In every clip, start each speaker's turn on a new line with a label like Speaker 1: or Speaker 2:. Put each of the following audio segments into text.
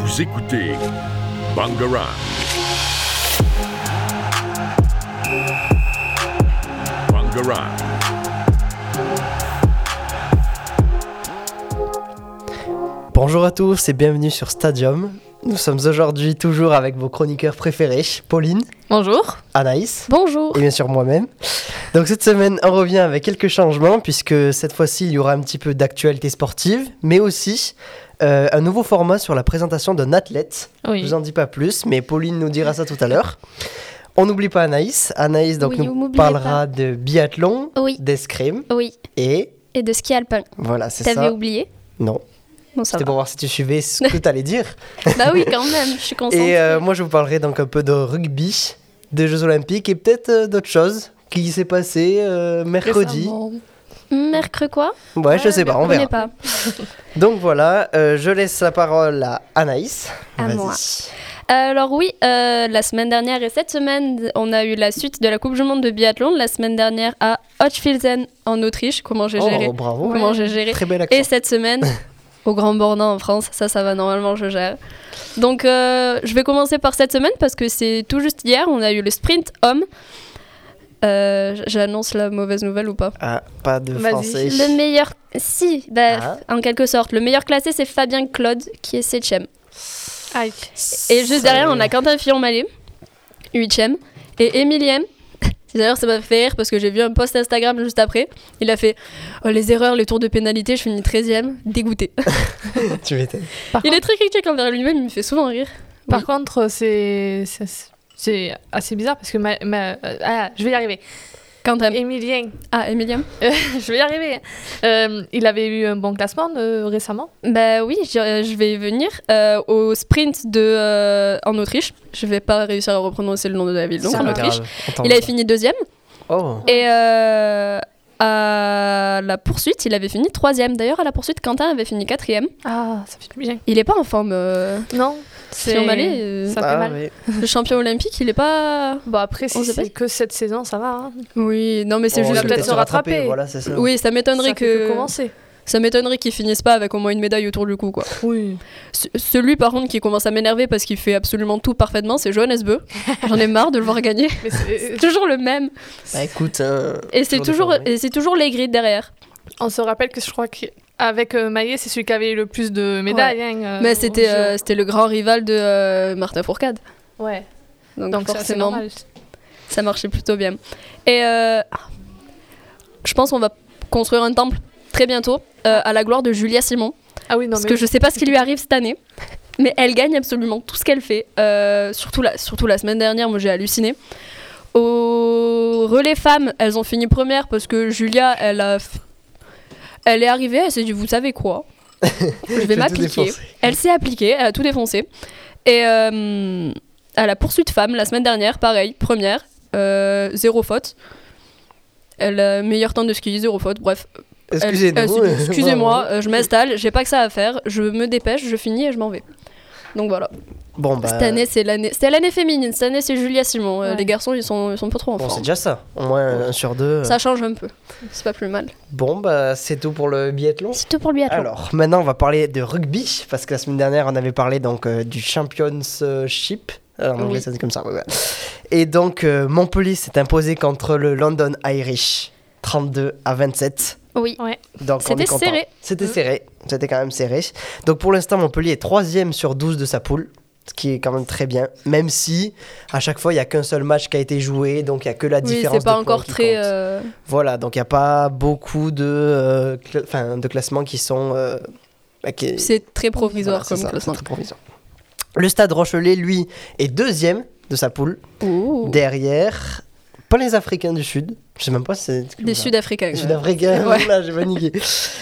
Speaker 1: Vous écoutez Bangarang. Bangarang.
Speaker 2: Bonjour à tous et bienvenue sur Stadium. Nous sommes aujourd'hui toujours avec vos chroniqueurs préférés, Pauline,
Speaker 3: Bonjour.
Speaker 2: Anaïs
Speaker 3: Bonjour.
Speaker 2: et bien sûr moi-même. Donc cette semaine, on revient avec quelques changements puisque cette fois-ci, il y aura un petit peu d'actualité sportive, mais aussi euh, un nouveau format sur la présentation d'un athlète. Je
Speaker 3: Oui.
Speaker 2: vous en dis pas plus, mais Pauline nous dira ça tout à l'heure. On n'oublie pas Anaïs. Anaïs donc
Speaker 4: Oui, on
Speaker 2: nous
Speaker 4: m'oublie
Speaker 2: parlera de biathlon,
Speaker 4: Oui,
Speaker 2: d'escrime
Speaker 4: oui.
Speaker 2: et
Speaker 4: Et de ski alpin.
Speaker 2: voilà, c'est
Speaker 4: T'avais
Speaker 2: ça.
Speaker 4: oublié
Speaker 2: Non,
Speaker 4: Non, ça
Speaker 2: c'était
Speaker 4: va.
Speaker 2: pour voir si tu suivais ce que t'allais dire.
Speaker 4: Bah oui, quand même, je suis concentrée.
Speaker 2: Et euh, moi, je vous parlerai donc un peu de rugby, des Jeux Olympiques et peut-être euh, d'autres choses qui s'est passé euh, mercredi.
Speaker 4: Mercredi quoi
Speaker 2: Ouais, je sais pas, on verra.
Speaker 4: connaît pas.
Speaker 2: Donc voilà, euh, je laisse la parole à Anaïs.
Speaker 4: À
Speaker 2: Vas-y.
Speaker 4: moi. Alors oui, euh, la semaine dernière et cette semaine, on a eu la suite de la Coupe du Monde de biathlon. La semaine dernière à Hochfilzen en Autriche. Comment j'ai géré
Speaker 2: Oh, bravo.
Speaker 3: Ouais.
Speaker 4: Comment j'ai géré
Speaker 2: Très belle action.
Speaker 4: Et cette semaine, au Grand Bornand en France, ça, ça va normalement, je gère. Donc, euh, je vais commencer par cette semaine parce que c'est tout juste hier, on a eu le sprint homme. Euh, j- J'annonce la mauvaise nouvelle ou pas
Speaker 2: Ah, pas de
Speaker 3: Vas-y.
Speaker 2: français.
Speaker 4: Le meilleur, si, bah, en quelque sorte, le meilleur classé, c'est Fabien Claude qui est septième.
Speaker 3: Aïe.
Speaker 4: Et juste derrière, on a
Speaker 2: Ça-
Speaker 4: Quentin Fillon-Mallet, 8ème. Et Emilien. D'ailleurs, ça m'a fait rire parce que j'ai vu un post Instagram juste après. Il a fait Oh, les erreurs, les tours de pénalité, je finis 13ème. Dégoûté.
Speaker 2: Tu m'étais.
Speaker 3: Par,
Speaker 4: Il
Speaker 3: contre,
Speaker 4: est très critique envers lui-même, il me fait souvent rire.
Speaker 3: par contre, c'est c'est- c'est assez bizarre parce que ma, ma- euh, ah, je vais y arriver.
Speaker 4: Quentin.
Speaker 3: Emilien,
Speaker 4: Ah, Emilien
Speaker 3: je vais y arriver. Euh, il avait eu un bon classement euh, récemment.
Speaker 4: Bah oui, je, euh, je vais y venir euh, au sprint de, euh, en Autriche. Je vais pas réussir à reprononcer le nom de la ville, donc
Speaker 3: Ça
Speaker 4: en
Speaker 3: va.
Speaker 4: Autriche.
Speaker 2: Attends,
Speaker 4: Il avait
Speaker 2: attends.
Speaker 4: fini deuxième.
Speaker 2: Oh,
Speaker 4: Et euh, à la poursuite, il avait fini troisième. D'ailleurs, à la poursuite, Quentin avait fini quatrième.
Speaker 3: Ah, ça fait du bien.
Speaker 4: Il est pas en forme. euh,
Speaker 3: Non,
Speaker 4: Si on allait, euh,
Speaker 3: ça fait
Speaker 2: Ah,
Speaker 3: mal.
Speaker 2: ouais.
Speaker 4: le champion olympique, il est pas.
Speaker 3: Bon, après,
Speaker 4: On
Speaker 3: si
Speaker 4: sait
Speaker 3: c'est que cette saison, ça va. hein.
Speaker 4: Oui, non, mais c'est
Speaker 2: Oh, il
Speaker 4: juste.
Speaker 2: va
Speaker 4: le-
Speaker 3: peut-être se rattraper.
Speaker 2: Voilà, c'est ça.
Speaker 4: Oui, ça m'étonnerait
Speaker 3: Ça fait que
Speaker 4: que.
Speaker 3: commencer.
Speaker 4: ça m'étonnerait qu'il finisse pas avec au moins une médaille autour du cou, quoi.
Speaker 3: Oui.
Speaker 4: Ce- Celui, par contre, qui commence à m'énerver parce qu'il fait absolument tout parfaitement, c'est Johannes Beu. J'en ai marre de le voir gagner.
Speaker 3: Mais c'est- euh,
Speaker 4: C'est toujours le même.
Speaker 2: Bah écoute, hein,
Speaker 4: Et c'est toujours,
Speaker 2: déformé.
Speaker 4: et c'est toujours les grilles derrière.
Speaker 3: on se rappelle que je crois qu'avec euh, Maillet, c'est celui qui avait eu le plus de médailles. hein, euh,
Speaker 4: Mais
Speaker 3: au
Speaker 4: c'était,
Speaker 3: jeu.
Speaker 4: euh, c'était le grand rival de euh, Martin Fourcade.
Speaker 3: Ouais.
Speaker 4: Donc,
Speaker 3: Donc, ça, c'est
Speaker 4: forcément,
Speaker 3: normal.
Speaker 4: ça marchait plutôt bien. Et euh, je pense qu'on va construire un temple très bientôt euh, à la gloire de Julia Simon.
Speaker 3: Ah oui, non,
Speaker 4: parce
Speaker 3: mais
Speaker 4: que je sais pas ce qui lui arrive cette année, mais elle gagne absolument tout ce qu'elle fait. Euh, surtout, la, surtout la semaine dernière, moi j'ai halluciné. Au relais femmes, elles ont fini première parce que Julia, elle a. f- Elle est arrivée, elle s'est dit Vous savez quoi Je
Speaker 2: vais
Speaker 4: vais
Speaker 2: tout
Speaker 4: m'appliquer.
Speaker 2: défoncer.
Speaker 4: Elle s'est appliquée, elle a tout défoncé. Et euh, à la poursuite femme, la semaine dernière, pareil, première, euh, zéro faute. Elle a meilleur temps de ski, zéro faute, bref, elle-
Speaker 2: Excusez-nous.
Speaker 4: elle s'est dit, Euh, Excusez-moi, euh, je m'installe, j'ai pas que ça à faire, je me dépêche, je finis et je m'en vais. Donc voilà.
Speaker 2: Bon, bah.
Speaker 4: Cette année, c'est l'année, c'est l'année féminine. Cette année, c'est Julia Simon. Euh,
Speaker 3: Ouais.
Speaker 4: Les garçons, ils sont, ils sont pas trop en
Speaker 2: Bon, c'est
Speaker 4: forme.
Speaker 2: déjà ça. Au moins un sur deux. euh,
Speaker 4: Ça change un peu. C'est pas plus mal.
Speaker 2: Bon, bah, c'est tout pour le biathlon.
Speaker 4: C'est tout pour lui
Speaker 2: Alors, maintenant, on va parler de rugby, parce que la semaine dernière, on avait parlé donc euh, du Championship. Euh, en anglais,
Speaker 4: Oui.
Speaker 2: ça dit comme ça. ouais, ouais. Et donc, euh, Montpellier s'est imposé contre le London Irish, 32 à 27.
Speaker 4: Oui.
Speaker 2: Donc, on
Speaker 4: C'était
Speaker 2: est content.
Speaker 4: serré. Mmh.
Speaker 2: C'était
Speaker 3: Mhm.
Speaker 2: serré. C'était quand même serré. Donc, pour l'instant, Montpellier est troisième sur 12 de sa poule, ce qui est quand même très bien. Même si, à chaque fois, il n'y a qu'un seul match qui a été joué, donc il n'y a que la
Speaker 4: Oui,
Speaker 2: différence
Speaker 4: c'est
Speaker 2: de
Speaker 4: pas
Speaker 2: points
Speaker 4: encore
Speaker 2: qui
Speaker 4: très.
Speaker 2: compte.
Speaker 4: euh,
Speaker 2: Voilà, donc il n'y a pas beaucoup de, euh, cla- enfin, de classements qui sont. euh, bah, qui-
Speaker 4: C'est très
Speaker 2: voilà,
Speaker 4: provisoire
Speaker 2: c'est
Speaker 4: comme
Speaker 2: ça,
Speaker 4: classement.
Speaker 2: c'est très provisoire. Le stade Rochelet, lui, est deuxième de sa poule,
Speaker 4: Ouh.
Speaker 2: derrière pas les Africains du Sud, je sais même pas si c'est.
Speaker 4: Des Sud-Africains.
Speaker 2: Les Sud-Africains,
Speaker 4: Ouais.
Speaker 2: voilà, j'ai paniqué.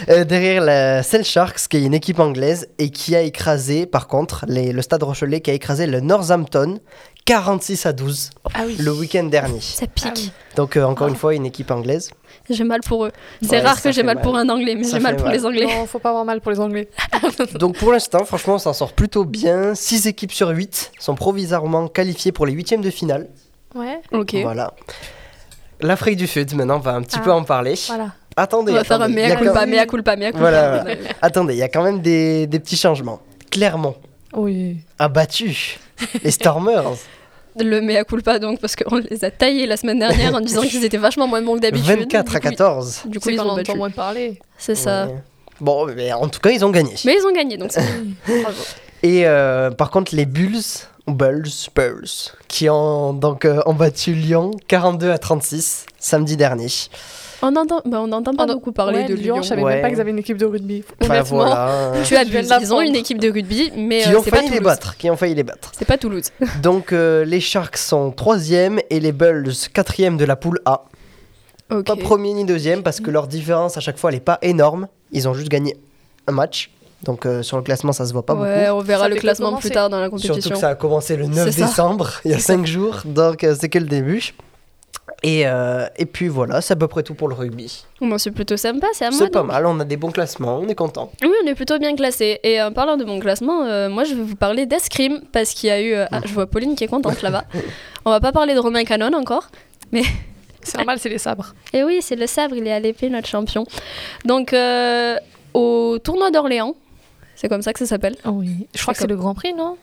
Speaker 2: Euh, derrière la Cell Sharks, qui est une équipe anglaise et qui a écrasé, par contre, les- le stade Rochelet qui a écrasé le Northampton 46 à 12
Speaker 3: Ah oui.
Speaker 2: le week-end dernier.
Speaker 4: Ça
Speaker 3: Ah
Speaker 4: pique.
Speaker 3: oui.
Speaker 2: Donc, euh, encore une fois, une équipe anglaise.
Speaker 4: J'ai mal pour eux. C'est
Speaker 2: Ouais,
Speaker 4: rare
Speaker 2: ça
Speaker 4: que j'ai
Speaker 2: fait
Speaker 4: mal
Speaker 2: mal.
Speaker 4: pour un anglais, mais
Speaker 2: Ça
Speaker 4: j'ai mal
Speaker 2: fait
Speaker 4: pour
Speaker 2: mal.
Speaker 4: les anglais.
Speaker 3: Non, faut pas avoir mal pour les Anglais.
Speaker 2: Donc pour l'instant, franchement, on s'en sort plutôt bien. 6 équipes sur 8 sont provisoirement qualifiées pour les huitièmes de finale.
Speaker 3: Ouais,
Speaker 4: Ok.
Speaker 2: Voilà. L'Afrique du Sud, maintenant, on va un petit
Speaker 3: Ah.
Speaker 2: peu en parler.
Speaker 3: voilà.
Speaker 2: Attendez,
Speaker 4: On va faire un
Speaker 2: attendez. il y
Speaker 4: mea
Speaker 2: a quand-
Speaker 4: culpa, mea culpa, mea culpa.
Speaker 2: Voilà, voilà. attendez, il y a quand même des, des petits changements. Clermont
Speaker 3: Oui.
Speaker 2: Abattu. Les Stormers.
Speaker 4: Le mea culpa donc, parce qu'on les a taillés la semaine dernière en disant qu'ils étaient vachement moins bons que d'habitude.
Speaker 2: 24 à
Speaker 4: Du coup,
Speaker 2: 14.
Speaker 4: ils- Du coup,
Speaker 3: C'est
Speaker 4: ils
Speaker 3: qu'on
Speaker 4: ont
Speaker 3: entend
Speaker 4: battu.
Speaker 3: moins parler.
Speaker 4: C'est ça.
Speaker 2: Ouais. Bon, mais en tout cas, ils ont gagné.
Speaker 4: Mais ils ont gagné, donc c'est bravo.
Speaker 2: Et euh, par contre, les Bulls, Bulls, Bulls, qui ont donc euh, ont battu Lyon 42 à 36 samedi dernier.
Speaker 4: On n'entend bah, on n'entend pas
Speaker 3: On en-
Speaker 4: beaucoup parler
Speaker 3: Ouais,
Speaker 4: de Lyon.
Speaker 3: Je savais
Speaker 2: Ouais.
Speaker 3: même pas qu'ils avaient une équipe de rugby.
Speaker 2: Enfin,
Speaker 3: Honnêtement,
Speaker 2: voilà. hein.
Speaker 4: Tu
Speaker 3: Je viens de
Speaker 4: abuses, ils ont
Speaker 3: l'apprendre.
Speaker 4: une équipe de rugby, mais
Speaker 2: qui
Speaker 4: euh,
Speaker 2: ont
Speaker 4: c'est pas
Speaker 2: failli les
Speaker 4: Toulouse.
Speaker 2: battre, qui ont failli les battre.
Speaker 4: C'est pas Toulouse.
Speaker 2: Donc euh, les Sharks sont troisième et les Bulls quatrième de la poule A.
Speaker 4: Ok.
Speaker 2: Pas premier ni deuxième parce que leur différence à chaque fois elle est pas énorme. Ils ont juste gagné un match. Donc euh, sur le classement ça se voit pas
Speaker 4: ouais,
Speaker 2: beaucoup.
Speaker 4: on verra
Speaker 3: Ça
Speaker 4: le
Speaker 3: fait que
Speaker 4: classement
Speaker 3: commencer.
Speaker 4: plus tard dans la
Speaker 2: Surtout que
Speaker 4: compétition.
Speaker 2: ça a commencé le 9
Speaker 4: C'est ça.
Speaker 2: décembre, il y a 5 jours, donc euh, c'est que le début. Et, euh, et puis voilà, c'est à peu près tout pour le rugby.
Speaker 4: Oh, bah, c'est plutôt sympa, c'est à moi.
Speaker 2: C'est pas
Speaker 4: donc.
Speaker 2: mal, on a des bons classements, on est content.
Speaker 4: Oui, on est plutôt bien classé. Et en parlant de mon classement, euh, moi je vais vous parler d'escrime parce qu'il y a eu. euh, ah, je vois Pauline qui est contente là-bas. on va pas parler de Romain Canon encore.
Speaker 3: c'est normal, c'est les sabres.
Speaker 4: Et Eh oui, c'est le sabre, il est à l'épée, notre champion. Donc, euh, au tournoi d'Orléans, c'est comme ça que ça s'appelle.
Speaker 3: Ah oui. Je crois que c'est le Grand Prix, non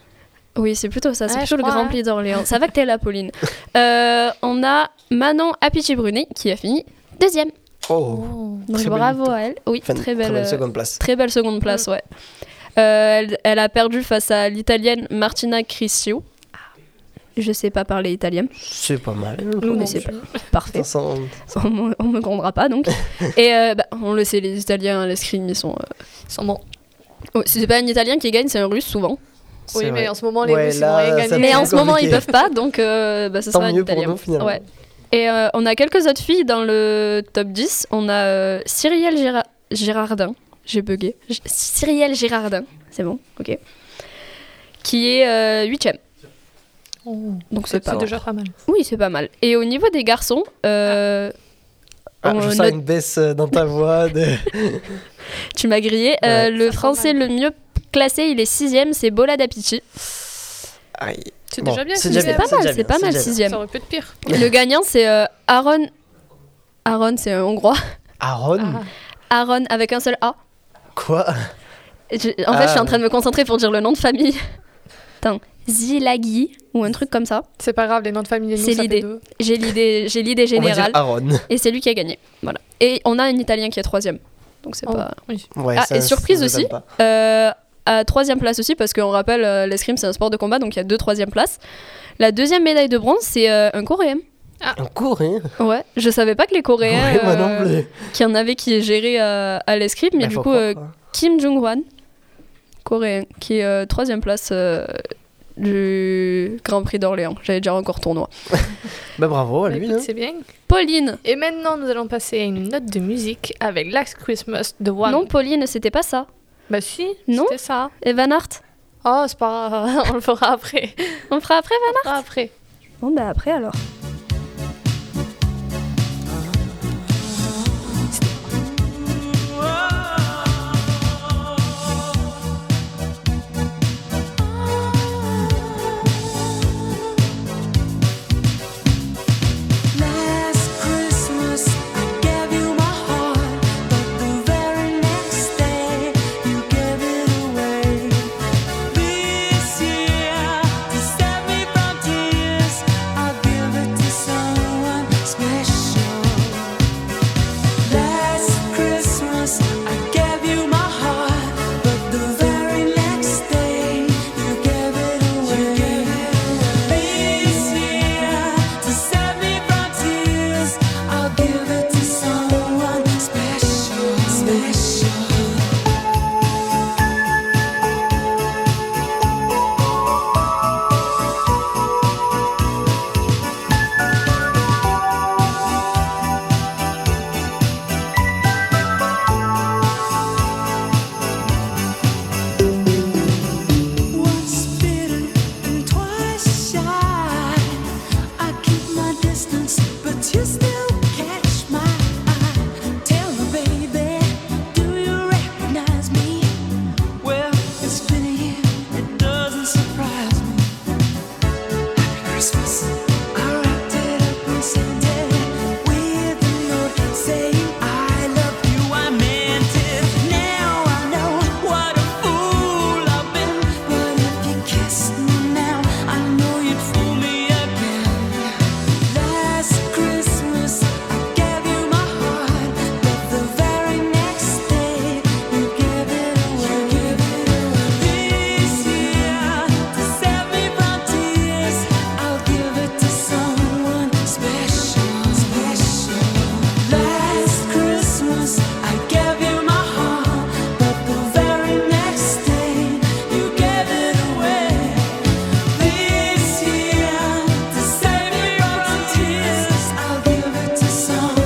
Speaker 4: Oui, c'est plutôt ça, c'est
Speaker 3: Ouais,
Speaker 4: plutôt
Speaker 3: je
Speaker 4: le
Speaker 3: crois,
Speaker 4: Grand
Speaker 3: ouais.
Speaker 4: Prix d'Orléans. Ça va que t'es là, Pauline. Euh, on a Manon Apici-Brunet qui a fini deuxième.
Speaker 2: Oh,
Speaker 4: Donc,
Speaker 2: Très belle
Speaker 4: bravo
Speaker 2: victoire.
Speaker 4: à elle. Oui,
Speaker 2: Enfin,
Speaker 4: très belle, euh,
Speaker 2: seconde place.
Speaker 4: Très belle seconde place, ouais. Euh, elle, elle a perdu face à l'italienne Martina Criscio. Ah. Je sais pas parler italien.
Speaker 2: C'est pas mal.
Speaker 4: Nous,
Speaker 3: non
Speaker 4: on sait
Speaker 3: plus.
Speaker 4: pas. Parfait.
Speaker 2: Ça sent-
Speaker 4: On, me- on me grondera pas donc. Et euh, bah, on le sait, les Italiens à l'escrime, ils sont. euh,
Speaker 3: Ils sont bons.
Speaker 4: oh, si c'est pas un Italien qui gagne, c'est un Russe souvent.
Speaker 2: c'est
Speaker 3: Oui, mais
Speaker 2: vrai.
Speaker 3: en ce moment, les
Speaker 2: Ouais,
Speaker 3: Russes ils
Speaker 2: là,
Speaker 3: vont rien
Speaker 2: ça
Speaker 3: gagner.
Speaker 2: va
Speaker 4: Mais
Speaker 2: être
Speaker 4: en ce moment, ils
Speaker 2: compliqué.
Speaker 4: peuvent pas, donc euh, bah, ce
Speaker 2: Tant
Speaker 4: sera un
Speaker 2: mieux pour
Speaker 4: Italien.
Speaker 2: nous, finalement.
Speaker 4: Ouais. Et euh, on a quelques autres filles dans le top 10. On a euh, Cyrielle Géra- Girardin. J'ai bugué. G- Cyrielle Girardin. C'est bon, ok. Qui est euh, huitième.
Speaker 3: Oh.
Speaker 4: Donc c'est pas
Speaker 3: C'est
Speaker 4: mal.
Speaker 3: déjà pas mal.
Speaker 4: Oui, c'est pas mal. Et au niveau des garçons, euh,
Speaker 2: Ah,
Speaker 4: on
Speaker 2: je sens
Speaker 4: note-
Speaker 2: une baisse euh, dans ta voix. de-
Speaker 4: tu m'as grillé. Euh,
Speaker 2: Ouais.
Speaker 4: le
Speaker 3: Ça
Speaker 4: français le mieux classé, il est sixième, c'est Bola Dapici.
Speaker 2: Aïe.
Speaker 3: C'est
Speaker 2: Bon,
Speaker 3: déjà bien.
Speaker 2: c'est
Speaker 4: C'est
Speaker 2: déjà
Speaker 4: pas
Speaker 2: bien,
Speaker 4: mal,
Speaker 2: c'est
Speaker 4: c'est pas
Speaker 2: bien,
Speaker 4: mal,
Speaker 2: c'est
Speaker 4: sixième.
Speaker 3: Ça aurait pu être pire.
Speaker 4: Le gagnant, c'est euh, Aaron. Aaron, c'est un hongrois.
Speaker 2: Aaron
Speaker 3: Ah.
Speaker 4: Aaron avec un seul A.
Speaker 2: Quoi
Speaker 4: Et je- en
Speaker 2: Ah.
Speaker 4: fait, je suis en train de me concentrer pour dire le nom de famille. Attends, Zilagi ou un truc comme ça.
Speaker 3: C'est pas grave, les noms de famille et nous,
Speaker 4: C'est
Speaker 3: ça fait
Speaker 4: l'idée.
Speaker 3: deux.
Speaker 4: J'ai l'idée, j'ai l'idée générale.
Speaker 2: On va dire
Speaker 4: Et c'est lui qui a gagné. Voilà. Et on a un Italien qui est troisième. Donc c'est
Speaker 3: Oh.
Speaker 4: pas.
Speaker 3: Oui.
Speaker 2: Aaron. Ouais,
Speaker 4: Ah, et surprise
Speaker 2: nous étonne
Speaker 4: aussi.
Speaker 2: pas.
Speaker 4: Euh, à troisième place aussi parce qu'on rappelle, euh, l'escrime c'est un sport de combat, donc il y a deux troisième places. La deuxième médaille de bronze, c'est euh, un Coréen.
Speaker 2: Un cours, hein
Speaker 4: Ouais, je savais pas que les Coréens,
Speaker 2: Ouais, moi non
Speaker 4: euh,
Speaker 2: plus.
Speaker 4: qu'il y en avait qui est géré euh, à l'escrime, mais
Speaker 2: Bah,
Speaker 4: du
Speaker 2: faut
Speaker 4: coup,
Speaker 2: croire,
Speaker 4: euh,
Speaker 2: quoi.
Speaker 4: Kim Jong-hwan, coréen, qui est euh, troisième place euh, du Grand Prix d'Orléans. J'allais dire encore tournoi.
Speaker 2: Bah, bravo à
Speaker 3: Bah,
Speaker 2: lui.
Speaker 3: écoute,
Speaker 2: hein.
Speaker 3: C'est bien.
Speaker 4: Pauline
Speaker 3: Et maintenant, nous allons passer à une note de musique avec Last Christmas de One.
Speaker 4: Non, Pauline, c'était pas ça.
Speaker 3: Bah si,
Speaker 4: Non.
Speaker 3: c'était ça.
Speaker 4: Et Van Hart
Speaker 3: Oh, c'est pas grave, on le fera après.
Speaker 4: On le fera après, Van
Speaker 3: On le fera après.
Speaker 4: Hart Bon, bah après alors.
Speaker 5: Last Christmas I gave you my heart, but the very next day you gave it away. This year to save me from tears, I'll give it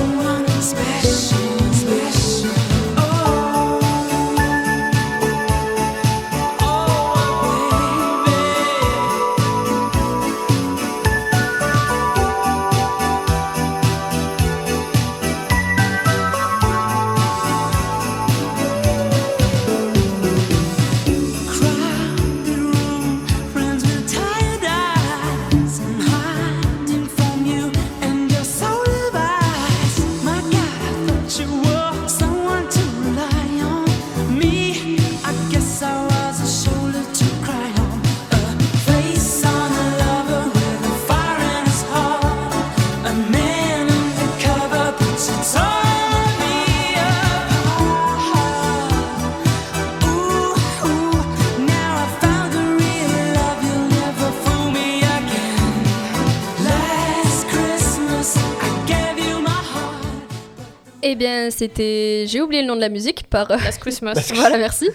Speaker 5: Oh, oh,
Speaker 4: Eh bien, c'était. J'ai oublié le nom de la musique par. euh,
Speaker 3: Last Christmas.
Speaker 4: voilà, merci.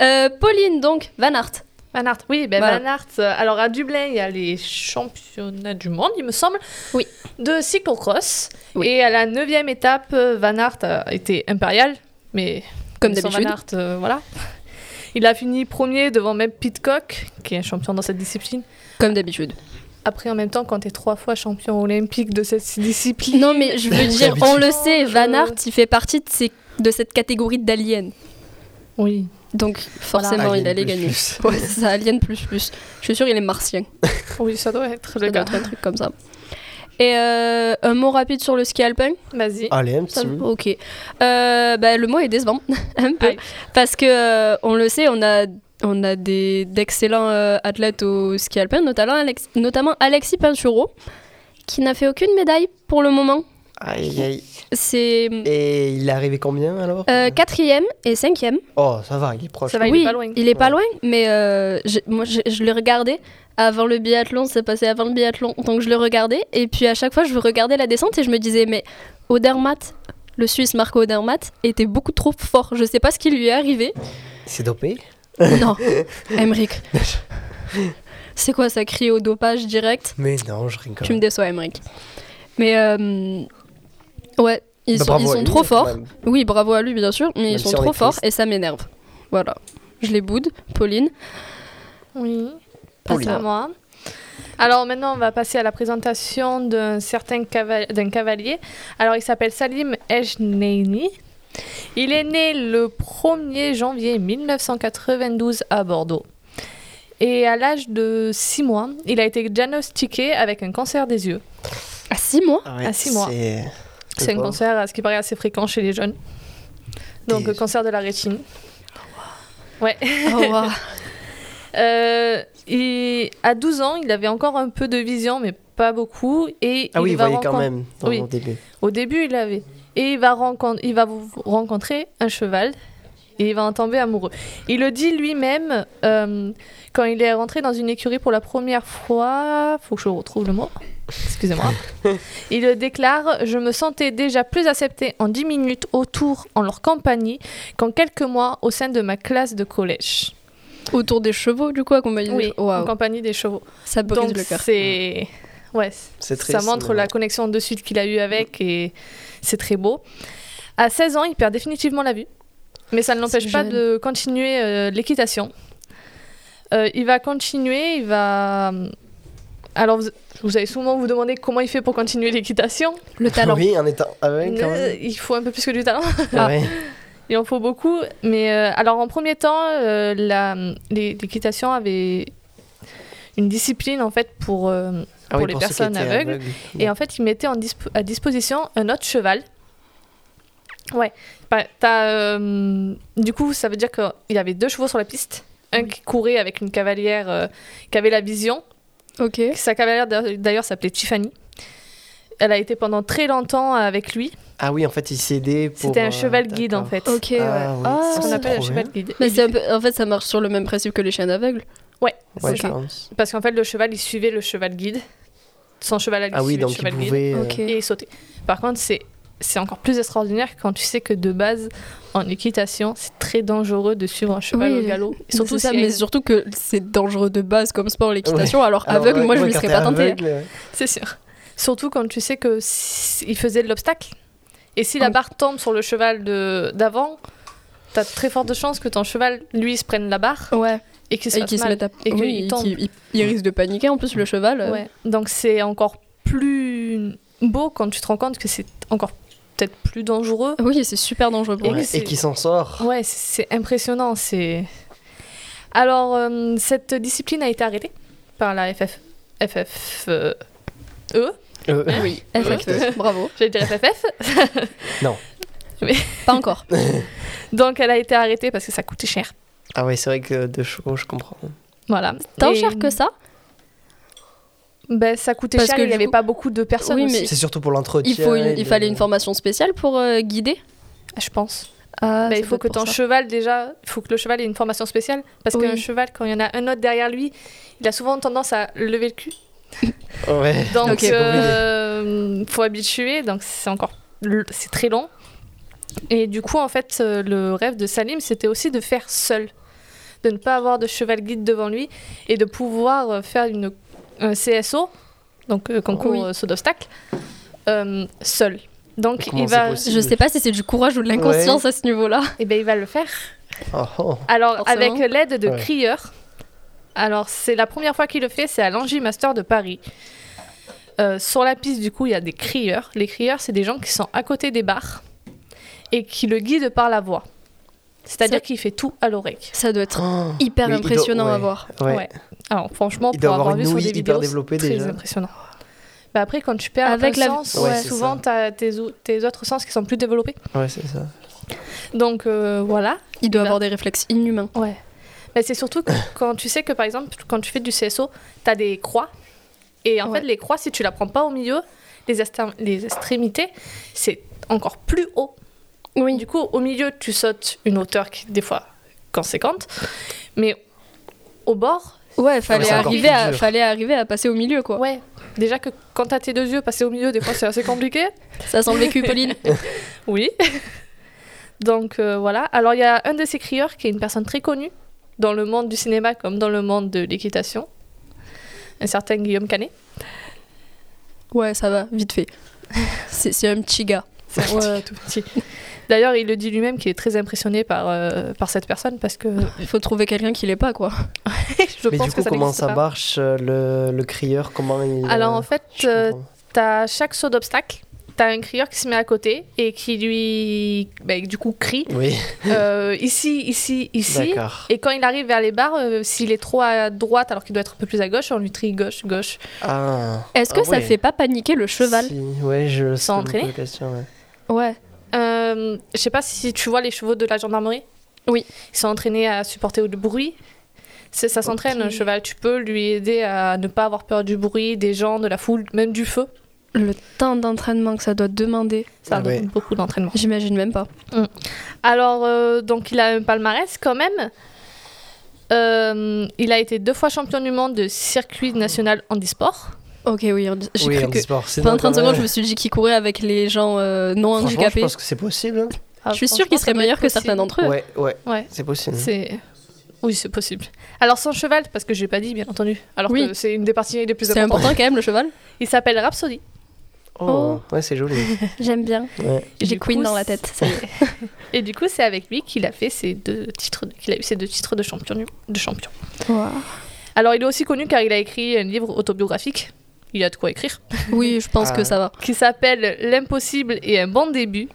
Speaker 4: Euh, Pauline, donc, Van Hart.
Speaker 3: Van Aert, oui, ben
Speaker 4: Voilà.
Speaker 3: Van Aert, euh, Alors à Dublin, il y a les championnats du monde, il me semble,
Speaker 4: Oui.
Speaker 3: de cyclocross.
Speaker 4: Oui.
Speaker 3: Et à la neuvième étape, euh, Van Aert a été impérial, mais
Speaker 4: Comme
Speaker 3: sans
Speaker 4: d'habitude.
Speaker 3: Van Aert, euh, voilà. Il a fini premier devant même Pitcock, qui est un champion dans cette discipline.
Speaker 4: Comme d'habitude.
Speaker 3: Après, en même temps, quand t'es trois fois champion olympique de cette discipline,
Speaker 4: Non, mais je veux
Speaker 2: Comme
Speaker 4: dire, on
Speaker 2: d'habitude.
Speaker 4: le sait, Van
Speaker 3: Euh.
Speaker 4: Hart, il fait partie de, ces- de cette catégorie d'aliens.
Speaker 3: oui.
Speaker 4: Donc, forcément,
Speaker 2: Alien
Speaker 4: il allait
Speaker 2: plus
Speaker 4: gagner.
Speaker 2: plus.
Speaker 4: Ouais, c'est ça, Alien plus plus. Je suis sûre, il est martien.
Speaker 3: oui, ça doit être le
Speaker 4: Ça doit
Speaker 3: gars.
Speaker 4: être un truc comme ça. Et euh, un mot rapide sur le ski alpin
Speaker 3: Vas-y.
Speaker 2: Allez, un
Speaker 4: Ça
Speaker 2: petit.
Speaker 4: me- Ok. Euh, bah, le mot est décevant, un peu.
Speaker 3: Aïe.
Speaker 4: Parce que, euh, on le sait, on a, on a des- d'excellents euh, athlètes au ski alpin, notamment, Alex- notamment Alexis Pinturo, qui n'a fait aucune médaille pour le moment.
Speaker 2: Aïe, aïe.
Speaker 4: C'est
Speaker 2: Et il est arrivé combien alors
Speaker 4: euh, quatrième et cinquième.
Speaker 2: Oh, ça va, il est proche.
Speaker 3: Ça va, il
Speaker 4: oui,
Speaker 3: est pas loin.
Speaker 4: il est pas loin, mais euh, j'ai- moi, j'ai- je, le regardais avant le biathlon, c'est passé avant le biathlon, donc je le regardais, et puis à chaque fois, je regardais la descente et je me disais, mais Odermatt, le Suisse Marco Odermatt, était beaucoup trop fort. Je sais pas ce qui lui est arrivé.
Speaker 2: C'est dopé
Speaker 4: Non, Emmerich. C'est quoi ça crie au dopage direct
Speaker 2: Mais non, je rigole.
Speaker 4: Tu me déçois, Emmerich. Mais euh, ouais, ils
Speaker 2: Bah,
Speaker 4: sont,
Speaker 2: bravo
Speaker 4: ils
Speaker 2: à
Speaker 4: sont
Speaker 2: lui,
Speaker 4: trop
Speaker 2: quand
Speaker 4: forts.
Speaker 2: même.
Speaker 4: Oui, bravo à lui, bien sûr, mais
Speaker 2: Même
Speaker 4: ils sont
Speaker 2: si on est
Speaker 4: trop forts
Speaker 2: triste.
Speaker 4: et ça m'énerve. Voilà. Je les boude, Pauline.
Speaker 3: Oui.
Speaker 2: Pauline.
Speaker 3: Passe à moi. Alors maintenant, on va passer à la présentation d'un certain cava- d'un cavalier. Alors, il s'appelle Salim Ejneini. Il est né le 1er janvier 1992 à Bordeaux. Et à l'âge de 6 mois, il a été diagnostiqué avec un cancer des yeux.
Speaker 4: À 6 mois
Speaker 2: Ah ouais,
Speaker 3: à six mois.
Speaker 2: c'est-
Speaker 3: C'est un
Speaker 2: pas-
Speaker 3: cancer, à ce qui paraît, assez fréquent chez les jeunes. Donc,
Speaker 2: Des-
Speaker 3: le cancer de la rétine.
Speaker 4: Oh, wow.
Speaker 3: Euh, et à 12 ans, il avait encore un peu de vision, mais pas beaucoup. Et
Speaker 2: Ah oui, il
Speaker 3: va
Speaker 2: voyait quand
Speaker 3: rencontrer-
Speaker 2: même dans
Speaker 3: Oui.
Speaker 2: mon début.
Speaker 3: Au début, il l'avait. Et il va, rencontre- il va vous rencontrer un cheval et il va en tomber amoureux. Il le dit lui-même euh, quand il est rentré dans une écurie pour la première fois. Faut que je retrouve le mot. Excusez-moi. il le déclare Je me sentais déjà plus accepté en 10 minutes autour en leur compagnie qu'en quelques mois au sein de ma classe de collège.
Speaker 4: Autour des chevaux, du coup, accompagné
Speaker 3: Oui,
Speaker 4: des chevaux. Waouh,
Speaker 3: en compagnie des chevaux.
Speaker 4: ça brise
Speaker 3: Donc
Speaker 4: le cœur.
Speaker 3: c'est. Ouais,
Speaker 2: C'est
Speaker 3: ça
Speaker 2: triste,
Speaker 3: montre
Speaker 2: mais
Speaker 3: la
Speaker 2: bon.
Speaker 3: connexion de suite qu'il a eu avec et c'est très beau. À 16 ans, il perd définitivement la vue, mais ça ne l'empêche
Speaker 4: C'est
Speaker 3: pas
Speaker 4: jeune.
Speaker 3: de continuer euh, l'équitation. Euh, il va continuer, il va. euh, Alors, vous, vous allez souvent vous demander comment il fait pour continuer l'équitation.
Speaker 4: Le talent.
Speaker 2: Oui, en étant. Ah ouais, quand
Speaker 3: Euh,
Speaker 2: même.
Speaker 3: il faut un peu plus que du talent.
Speaker 2: Ah ouais.
Speaker 3: Il en faut beaucoup, mais euh, alors en premier temps, euh, la- les- l'équitation avait une discipline en fait pour euh,
Speaker 2: Ah oui,
Speaker 3: les
Speaker 2: ceux qui
Speaker 3: personnes
Speaker 2: étaient
Speaker 3: aveugles. Et
Speaker 2: Bon.
Speaker 3: en fait, il mettait en dispo- à disposition un autre cheval. Ouais. Bah, t'as, euh, du coup, ça veut dire qu'il avait deux chevaux sur la piste. Un qui courait avec une cavalière euh, qui avait la vision.
Speaker 4: Ok.
Speaker 3: Sa cavalière, d'a- d'ailleurs, s'appelait Tiffany. Elle a été pendant très longtemps avec lui.
Speaker 2: Ah oui, en fait, il s'aidait pour.
Speaker 3: C'était
Speaker 2: euh,
Speaker 3: un cheval guide, en
Speaker 2: d'accord.
Speaker 3: fait.
Speaker 4: Ok,
Speaker 2: Ah
Speaker 4: ouais.
Speaker 2: oui,
Speaker 4: Ah,
Speaker 3: Ce
Speaker 2: ça,
Speaker 3: qu'on
Speaker 2: c'est
Speaker 3: appelle un
Speaker 2: trop
Speaker 3: cheval guide.
Speaker 4: Mais c'est un peu- En fait, ça marche sur le même principe que les chiens aveugles.
Speaker 3: Ouais,
Speaker 2: Ouais,
Speaker 3: c'est
Speaker 2: je
Speaker 3: ça.
Speaker 2: pense.
Speaker 3: Parce qu'en fait, le cheval, il suivait le cheval guide. Son cheval, à lui
Speaker 2: Ah oui,
Speaker 3: suivait le
Speaker 2: donc il
Speaker 3: cheval guide.
Speaker 2: pouvait. euh,
Speaker 4: Ok.
Speaker 3: et sauter. Par contre, c'est c'est encore plus extraordinaire quand tu sais que de base, en équitation, c'est très dangereux de suivre un cheval
Speaker 4: Oui,
Speaker 3: au galop. Et
Speaker 4: Surtout
Speaker 3: surtout
Speaker 4: ça,
Speaker 3: si-
Speaker 4: mais surtout que c'est dangereux de base comme sport l'équitation. Alors
Speaker 2: alors,
Speaker 4: aveugle,
Speaker 2: ouais,
Speaker 4: moi je
Speaker 2: ouais,
Speaker 4: ne
Speaker 2: quand
Speaker 4: serais
Speaker 2: t'es
Speaker 4: pas tentée.
Speaker 2: aveugle, ouais.
Speaker 3: C'est sûr. Surtout quand tu sais que si- il faisait de l'obstacle. Et si la
Speaker 4: Ah.
Speaker 3: barre tombe sur le cheval de d'avant, t'as très forte chance que ton cheval, lui, se prenne la barre
Speaker 4: Ouais.
Speaker 3: et qu'il se,
Speaker 4: Et
Speaker 3: fasse
Speaker 4: qui se
Speaker 3: mal.
Speaker 4: met à...
Speaker 3: Et qu'il
Speaker 4: oui, et
Speaker 3: tombe.
Speaker 4: qu'il- il, il risque de paniquer en plus le cheval. euh.
Speaker 3: Ouais. Donc c'est encore plus beau quand tu te rends compte que c'est encore peut-être plus dangereux
Speaker 4: Ah Oui, c'est super dangereux pour
Speaker 3: Et
Speaker 4: lui.
Speaker 2: Ouais,
Speaker 3: que
Speaker 2: Et
Speaker 3: c'est-
Speaker 2: qui s'en sort.
Speaker 3: Ouais, c'est c'est impressionnant. C'est alors euh, cette discipline a été arrêtée par la FF FF euh, E.
Speaker 2: Euh,
Speaker 4: Oui, FFE, bravo.
Speaker 3: J'allais dire FFF.
Speaker 4: Pas encore.
Speaker 3: Donc elle a été arrêtée parce que ça coûtait cher.
Speaker 2: Ah ouais, c'est vrai que de chevaux, je comprends.
Speaker 3: Voilà.
Speaker 4: Tant
Speaker 3: Et-
Speaker 4: cher que ça
Speaker 3: Ben ça coûtait
Speaker 4: Parce
Speaker 3: cher.
Speaker 4: que
Speaker 3: Il
Speaker 4: du
Speaker 3: n'y avait
Speaker 4: coup-
Speaker 3: pas beaucoup de personnes.
Speaker 4: Oui, mais-
Speaker 3: aussi,
Speaker 2: C'est surtout pour l'entretien.
Speaker 4: il, faut une-
Speaker 2: et
Speaker 4: il
Speaker 2: le-
Speaker 4: fallait une formation spéciale pour euh, guider.
Speaker 3: je pense.
Speaker 4: Ah, ça
Speaker 3: Ben, il
Speaker 4: doit
Speaker 3: faut
Speaker 4: être
Speaker 3: que
Speaker 4: pour
Speaker 3: ton
Speaker 4: ça.
Speaker 3: cheval déjà, il faut que le cheval ait une formation spéciale parce
Speaker 4: Oui.
Speaker 3: qu'un cheval quand il y en a un autre derrière lui, il a souvent tendance à lever le cul.
Speaker 2: Ouais.
Speaker 3: Donc,
Speaker 2: c'est compliqué.
Speaker 3: euh, faut habituer, donc c'est encore, l- c'est très long. Et du coup, en fait, euh, le rêve de Salim, c'était aussi de faire seul, de ne pas avoir de cheval guide devant lui et de pouvoir euh, faire une, un CSO, donc euh, concours
Speaker 4: Oui.
Speaker 3: euh, saut d'obstacle, euh, seul. Donc
Speaker 2: Mais comment
Speaker 3: il
Speaker 2: c'est
Speaker 3: va,
Speaker 2: possible
Speaker 4: Je sais pas si c'est du courage ou de l'inconscience à ce niveau-là.
Speaker 3: eh ben, il va le faire.
Speaker 2: Oh, oh.
Speaker 3: Alors
Speaker 4: Forcément.
Speaker 3: avec l'aide de
Speaker 2: Ouais.
Speaker 3: crieurs. Alors c'est la première fois qu'il le fait, c'est à l'Angie Master de Paris. Euh, sur la piste, du coup, il y a des crieurs. Les crieurs, c'est des gens qui sont à côté des barres et qui le guident par la voix. C'est-à-dire
Speaker 4: Ça-
Speaker 3: qu'il fait tout à l'oreille.
Speaker 4: Ça doit être
Speaker 2: Oh.
Speaker 4: hyper
Speaker 2: Mais il doit-
Speaker 4: impressionnant
Speaker 2: ouais.
Speaker 4: à voir.
Speaker 2: Ouais.
Speaker 3: Ouais. Alors franchement,
Speaker 2: Il
Speaker 3: pour
Speaker 2: doit
Speaker 3: avoir,
Speaker 2: avoir une
Speaker 3: vu sur
Speaker 2: ouïe
Speaker 3: des
Speaker 2: hyper
Speaker 3: vidéos,
Speaker 2: développée
Speaker 3: c'est
Speaker 2: déjà.
Speaker 3: très impressionnant. Bah après, quand tu perds
Speaker 4: Avec
Speaker 3: avec
Speaker 4: la-
Speaker 3: la sens,
Speaker 2: Ouais, c'est
Speaker 3: souvent
Speaker 2: ça.
Speaker 3: t'as tes, ou- tes autres sens qui sont plus développés.
Speaker 2: Ouais, c'est ça.
Speaker 3: Donc euh, voilà.
Speaker 4: Il doit
Speaker 3: Bah.
Speaker 4: avoir des réflexes inhumains.
Speaker 3: Ouais. Mais c'est surtout que quand tu sais que, par exemple, quand tu fais du CSO, tu as des croix. Et en
Speaker 4: Ouais.
Speaker 3: fait, les croix, si tu la prends pas au milieu, les, estem- les extrémités, c'est encore plus haut.
Speaker 4: Oui.
Speaker 3: Du coup, au milieu, tu sautes une hauteur qui, des fois, conséquente. Mais au bord,
Speaker 4: Ouais,
Speaker 2: Ah,
Speaker 4: fallait
Speaker 3: c'est encore
Speaker 4: arriver,
Speaker 2: plus
Speaker 4: à,
Speaker 2: dur.
Speaker 4: fallait arriver à passer au milieu, quoi.
Speaker 3: ouais. Déjà que quand t'as tes deux yeux passer au milieu, des fois, c'est assez compliqué.
Speaker 4: Ça sent le vécu, Pauline.
Speaker 3: Oui. Donc euh, voilà. Alors il y a un de ces crieurs qui est une personne très connue dans le monde du cinéma comme dans le monde de l'équitation. Un certain Guillaume Canet.
Speaker 4: Ouais, ça va, vite fait. C'est c'est un petit gars.
Speaker 3: C'est ouais, tout petit. D'ailleurs, il le dit lui-même qu'il est très impressionné par, euh, par cette personne parce que
Speaker 4: Il faut trouver quelqu'un qui l'est pas, quoi.
Speaker 3: je
Speaker 2: Mais
Speaker 3: pense
Speaker 2: du
Speaker 3: que
Speaker 2: coup,
Speaker 3: ça
Speaker 2: comment
Speaker 3: n'existe
Speaker 2: ça
Speaker 3: pas.
Speaker 2: marche euh, le, le crieur Comment il.
Speaker 3: Alors
Speaker 2: euh,
Speaker 3: en fait,
Speaker 2: je
Speaker 3: euh,
Speaker 2: comprends.
Speaker 3: t'as chaque saut d'obstacle, t'as un crieur qui se met à côté et qui lui, bah, du coup, crie
Speaker 2: Oui,
Speaker 3: euh, ici, ici, ici.
Speaker 2: d'accord.
Speaker 3: Et quand il arrive vers les barres, euh, s'il est trop à droite alors qu'il doit être un peu plus à gauche, on lui trie gauche, gauche.
Speaker 2: Ah.
Speaker 4: Est-ce que
Speaker 2: Ah
Speaker 4: ça
Speaker 2: ouais.
Speaker 4: fait pas paniquer le cheval
Speaker 2: Si, Ouais, je. c'est beaucoup
Speaker 3: entraînés
Speaker 2: de questions, ouais.
Speaker 4: Ouais.
Speaker 3: Euh, je sais pas si tu vois les chevaux de la gendarmerie.
Speaker 4: Oui.
Speaker 3: Ils sont entraînés à supporter le bruit. C'est- Ça s'entraîne,
Speaker 4: Ok.
Speaker 3: un cheval. Tu peux lui aider à ne pas avoir peur du bruit, des gens, de la foule, même du feu.
Speaker 4: Le temps d'entraînement que ça doit demander,
Speaker 3: Ça
Speaker 2: Ah
Speaker 3: demande
Speaker 2: ouais.
Speaker 3: beaucoup d'entraînement.
Speaker 4: j'imagine même pas.
Speaker 3: Alors, euh, donc, il a un palmarès quand même. Euh, il a été deux fois champion du monde de circuit national handisport.
Speaker 4: Ok, oui, on- j'ai
Speaker 2: Oui,
Speaker 4: cru que.
Speaker 2: handisport, c'est
Speaker 4: Pendant
Speaker 2: dingue,
Speaker 4: 30
Speaker 2: quand
Speaker 4: secondes, je
Speaker 2: même.
Speaker 4: me suis dit qu'il courait avec les gens euh, non
Speaker 2: Franchement,
Speaker 4: handicapés.
Speaker 2: Je pense que c'est possible. hein.
Speaker 3: Ah,
Speaker 4: Je suis sûre
Speaker 3: franchement,
Speaker 4: qu'il
Speaker 3: ça
Speaker 4: serait
Speaker 3: doit
Speaker 4: meilleur
Speaker 3: être
Speaker 4: que certains
Speaker 3: possible.
Speaker 4: d'entre eux.
Speaker 2: Ouais, ouais,
Speaker 3: Ouais.
Speaker 2: c'est possible.
Speaker 3: C'est. Oui, c'est possible. Alors, son cheval, parce que je l'ai pas dit, bien entendu. Alors
Speaker 4: Oui.
Speaker 3: que c'est une des parties les plus
Speaker 4: C'est
Speaker 3: importantes.
Speaker 4: important quand même le cheval.
Speaker 3: Il s'appelle Rhapsody.
Speaker 2: Oh, ouais, c'est joli.
Speaker 4: J'aime bien.
Speaker 2: Ouais.
Speaker 3: Et
Speaker 4: J'ai
Speaker 3: du
Speaker 4: Queen
Speaker 3: coup,
Speaker 4: dans la tête. ça y est.
Speaker 3: Et du coup, c'est avec lui qu'il a fait ses deux titres, qu'il a eu ses deux titres de champion, du- de champion. Alors, il est aussi connu car il a écrit un livre autobiographique. Il a de quoi écrire.
Speaker 4: Oui, je pense
Speaker 2: Ah.
Speaker 4: que ça va.
Speaker 3: Qui s'appelle L'impossible et un bon début.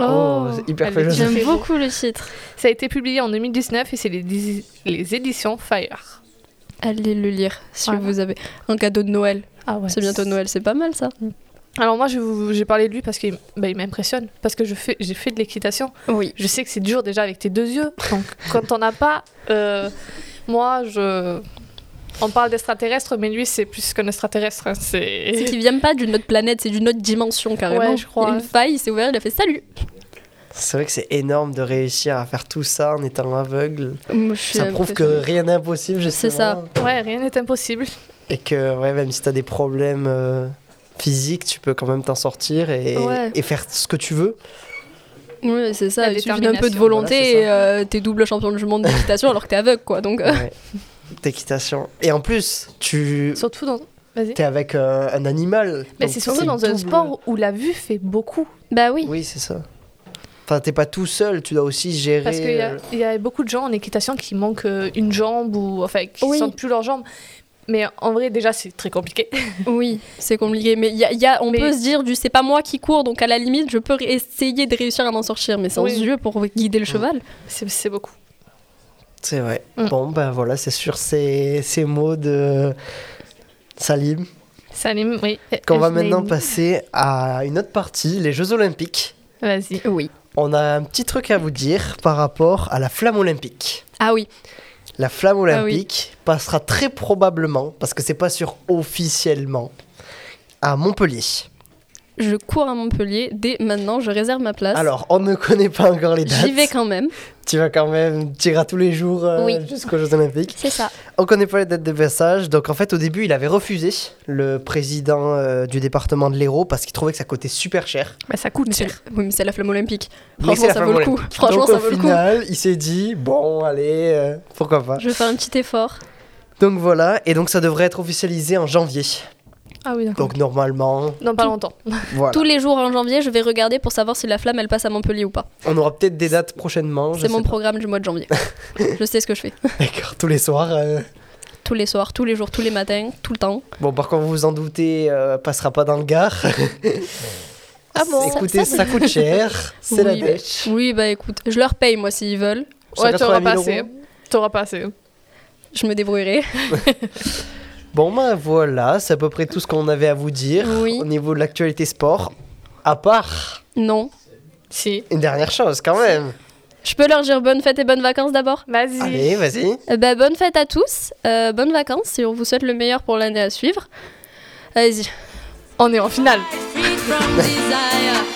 Speaker 2: Oh, c'est hyper
Speaker 3: elle le
Speaker 2: fabuleux.
Speaker 3: dit.
Speaker 4: J'aime
Speaker 3: Très beau.
Speaker 4: beaucoup le titre.
Speaker 3: Ça a été publié en 2019 et c'est les, dix- les éditions Fire.
Speaker 4: Allez le lire si
Speaker 3: Voilà.
Speaker 4: vous avez un cadeau de Noël.
Speaker 3: Ah ouais.
Speaker 4: C'est bientôt Noël, c'est pas mal ça.
Speaker 3: Alors moi, je vous- j'ai parlé de lui parce qu'il bah, il m'impressionne. Parce que je fais- j'ai fait de l'équitation.
Speaker 4: Oui.
Speaker 3: Je sais que c'est dur déjà avec tes deux yeux. Donc quand on n'a pas, euh, moi je, on parle d'extraterrestre, mais lui c'est plus qu'un extraterrestre. hein,
Speaker 4: C'est
Speaker 3: C'est
Speaker 4: qu'ils viennent pas d'une autre planète, c'est d'une autre dimension carrément.
Speaker 3: Ouais, je crois.
Speaker 4: Il y a une faille, il s'est ouvert, il a fait salut.
Speaker 2: C'est vrai que c'est énorme de réussir à faire tout ça en étant aveugle.
Speaker 4: Moi, je suis
Speaker 2: Ça prouve que
Speaker 4: impressionnée.
Speaker 2: rien n'est impossible, justement.
Speaker 4: ça.
Speaker 3: ouais, rien n'est impossible.
Speaker 2: Et que ouais, même si t'as des problèmes euh, physiques, tu peux quand même t'en sortir et,
Speaker 4: Ouais.
Speaker 2: et faire ce que tu veux.
Speaker 4: Oui, c'est ça.
Speaker 3: La
Speaker 4: Il suffit d'un peu de
Speaker 3: détermination,
Speaker 4: volonté
Speaker 2: voilà, c'est
Speaker 4: et euh, t'es double champion du monde d'équitation alors que t'es aveugle quoi. Donc euh,
Speaker 2: Ouais. D'équitation. Et en plus, tu
Speaker 3: Surtout dans, vas-y.
Speaker 2: es avec un, un animal.
Speaker 3: Mais
Speaker 2: donc
Speaker 3: c'est surtout dans un
Speaker 2: double.
Speaker 3: sport où la vue fait beaucoup.
Speaker 4: bah oui.
Speaker 2: Oui, c'est ça. Enfin, t'es pas tout seul, tu dois aussi gérer.
Speaker 3: Parce qu'il y, a-
Speaker 2: euh,
Speaker 3: il y a beaucoup de gens en équitation qui manquent euh, une jambe ou enfin qui
Speaker 4: Oui.
Speaker 3: sentent plus leur jambe. Mais en vrai déjà c'est très compliqué.
Speaker 4: Oui, c'est compliqué. Mais il y a- il y a- on
Speaker 3: Mais-
Speaker 4: peut se dire du c'est pas moi qui cours donc à la limite je peux essayer de réussir à m'en sortir mais sans
Speaker 3: Oui.
Speaker 4: yeux pour guider le cheval.
Speaker 3: C'est c'est beaucoup.
Speaker 2: C'est vrai.
Speaker 3: Mm.
Speaker 2: Bon, ben voilà, c'est sur ces, ces mots de Salim
Speaker 3: Salim, oui.
Speaker 2: qu'on va
Speaker 3: Ajnaïm.
Speaker 2: maintenant passer à une autre partie, les Jeux Olympiques.
Speaker 3: Vas-y.
Speaker 4: euh, Oui.
Speaker 2: On a un petit truc à vous dire par rapport à la flamme olympique.
Speaker 4: Ah oui.
Speaker 2: La flamme
Speaker 4: Ah oui.
Speaker 2: olympique passera très probablement, parce que c'est pas sûr officiellement, à Montpellier.
Speaker 4: je cours à Montpellier dès maintenant, je réserve ma place.
Speaker 2: Alors, on ne connaît pas encore les dates.
Speaker 4: J'y vais quand même.
Speaker 2: Tu vas quand même, tu iras tous les jours euh,
Speaker 4: Oui.
Speaker 2: jusqu'aux Jeux Olympiques.
Speaker 4: C'est ça.
Speaker 2: On connaît pas les dates de passage. Donc, en fait, au début, il avait refusé le président euh, du département de l'Hérault parce qu'il trouvait que ça coûtait super cher.
Speaker 3: Bah, ça coûte.
Speaker 4: C'est- Oui, mais c'est la flamme olympique.
Speaker 2: Mais c'est
Speaker 4: Franchement,
Speaker 2: la
Speaker 4: ça
Speaker 2: flamme
Speaker 4: vaut le coup.
Speaker 2: olympique.
Speaker 4: Franchement,
Speaker 2: Donc,
Speaker 4: ça
Speaker 2: au
Speaker 4: vaut le coup.
Speaker 2: final, il s'est dit, bon, allez, euh, pourquoi pas.
Speaker 4: Je vais faire un petit effort.
Speaker 2: Donc voilà, et donc ça devrait être officialisé en janvier.
Speaker 3: Ah oui, d'accord.
Speaker 2: Donc normalement,
Speaker 3: Dans pas
Speaker 4: tout-
Speaker 3: longtemps.
Speaker 2: voilà.
Speaker 4: Tous les jours en janvier, je vais regarder pour savoir si la flamme elle passe à Montpellier ou pas.
Speaker 2: On aura peut-être des dates prochainement. je
Speaker 4: C'est
Speaker 2: sais
Speaker 4: mon
Speaker 2: pas.
Speaker 4: programme du mois de janvier. je sais ce que je fais.
Speaker 2: D'accord, tous les soirs. euh.
Speaker 4: Tous les soirs, tous les jours, tous les matins, tout le temps.
Speaker 2: Bon, par contre, vous vous en doutez, euh, passera pas dans le Gard.
Speaker 4: Ah bon
Speaker 2: Écoutez, ça, coûte cher, c'est la
Speaker 4: Oui,
Speaker 2: dèche.
Speaker 4: Oui, bah écoute, je leur paye moi s'ils veulent.
Speaker 3: Ouais,
Speaker 2: 180
Speaker 3: t'auras
Speaker 2: 000
Speaker 3: pas assez.
Speaker 2: euros.
Speaker 3: T'auras pas assez.
Speaker 4: Je me débrouillerai.
Speaker 2: Bon, ben voilà, c'est à peu près tout ce qu'on avait à vous dire
Speaker 4: Oui.
Speaker 2: au niveau de l'actualité sport. À part
Speaker 4: Non.
Speaker 3: Si.
Speaker 2: une dernière chose, quand même.
Speaker 4: Je peux leur dire bonne fête et bonnes vacances d'abord
Speaker 3: Vas-y.
Speaker 2: Allez, vas-y.
Speaker 4: Euh, bah, Bonne fête à tous, euh, bonnes vacances et on vous souhaite le meilleur pour l'année à suivre. Allez-y.
Speaker 3: On est en finale.
Speaker 5: Free from desire.